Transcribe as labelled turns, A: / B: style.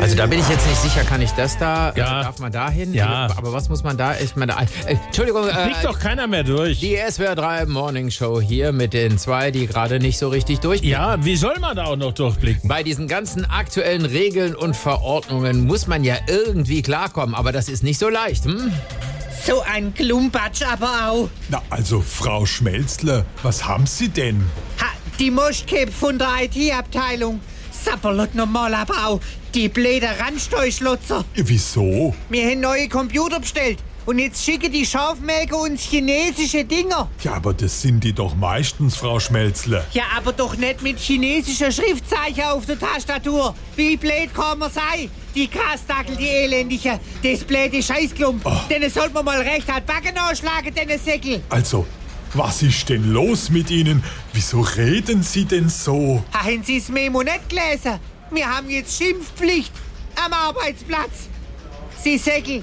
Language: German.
A: Also da bin ich jetzt nicht sicher, kann ich das da?
B: Ja.
A: Also darf man da hin?
B: Ja.
A: Aber was muss man da? Ich meine, äh, Entschuldigung, äh,
B: Kriegt doch keiner mehr durch.
A: die SWR 3 Morning Show hier mit den zwei, die gerade nicht so richtig durch.
B: Ja, wie soll man da auch noch durchblicken?
A: Bei diesen ganzen aktuellen Regeln und Verordnungen muss man ja irgendwie klarkommen, aber das ist nicht so leicht. Hm?
C: So ein Klumpatsch aber auch.
D: Na, also, Frau Schmelzle, was haben Sie denn?
C: Ha, die Muschkip von der IT-Abteilung. Sapperlot normal aber auch. Die blöde Randsteuchlotzer.
D: Wieso?
C: Wir haben neue Computer bestellt. Und jetzt schicken die Schafmäger uns chinesische Dinger.
D: Ja, aber das sind die doch meistens, Frau Schmelzle.
C: Ja, aber doch nicht mit chinesischer Schriftzeichen auf der Tastatur. Wie blöd kann man sein? Die Grasdackel, die elendige. Das blöde Scheißklump.
D: Oh.
C: Denen sollte man mal recht an die Backen anschlagen, den Säckel.
D: Also, was ist denn los mit Ihnen? Wieso reden Sie denn so?
C: Haben Sie das Memo nicht gelesen? Wir haben jetzt Schimpfpflicht am Arbeitsplatz. Sie Säckel,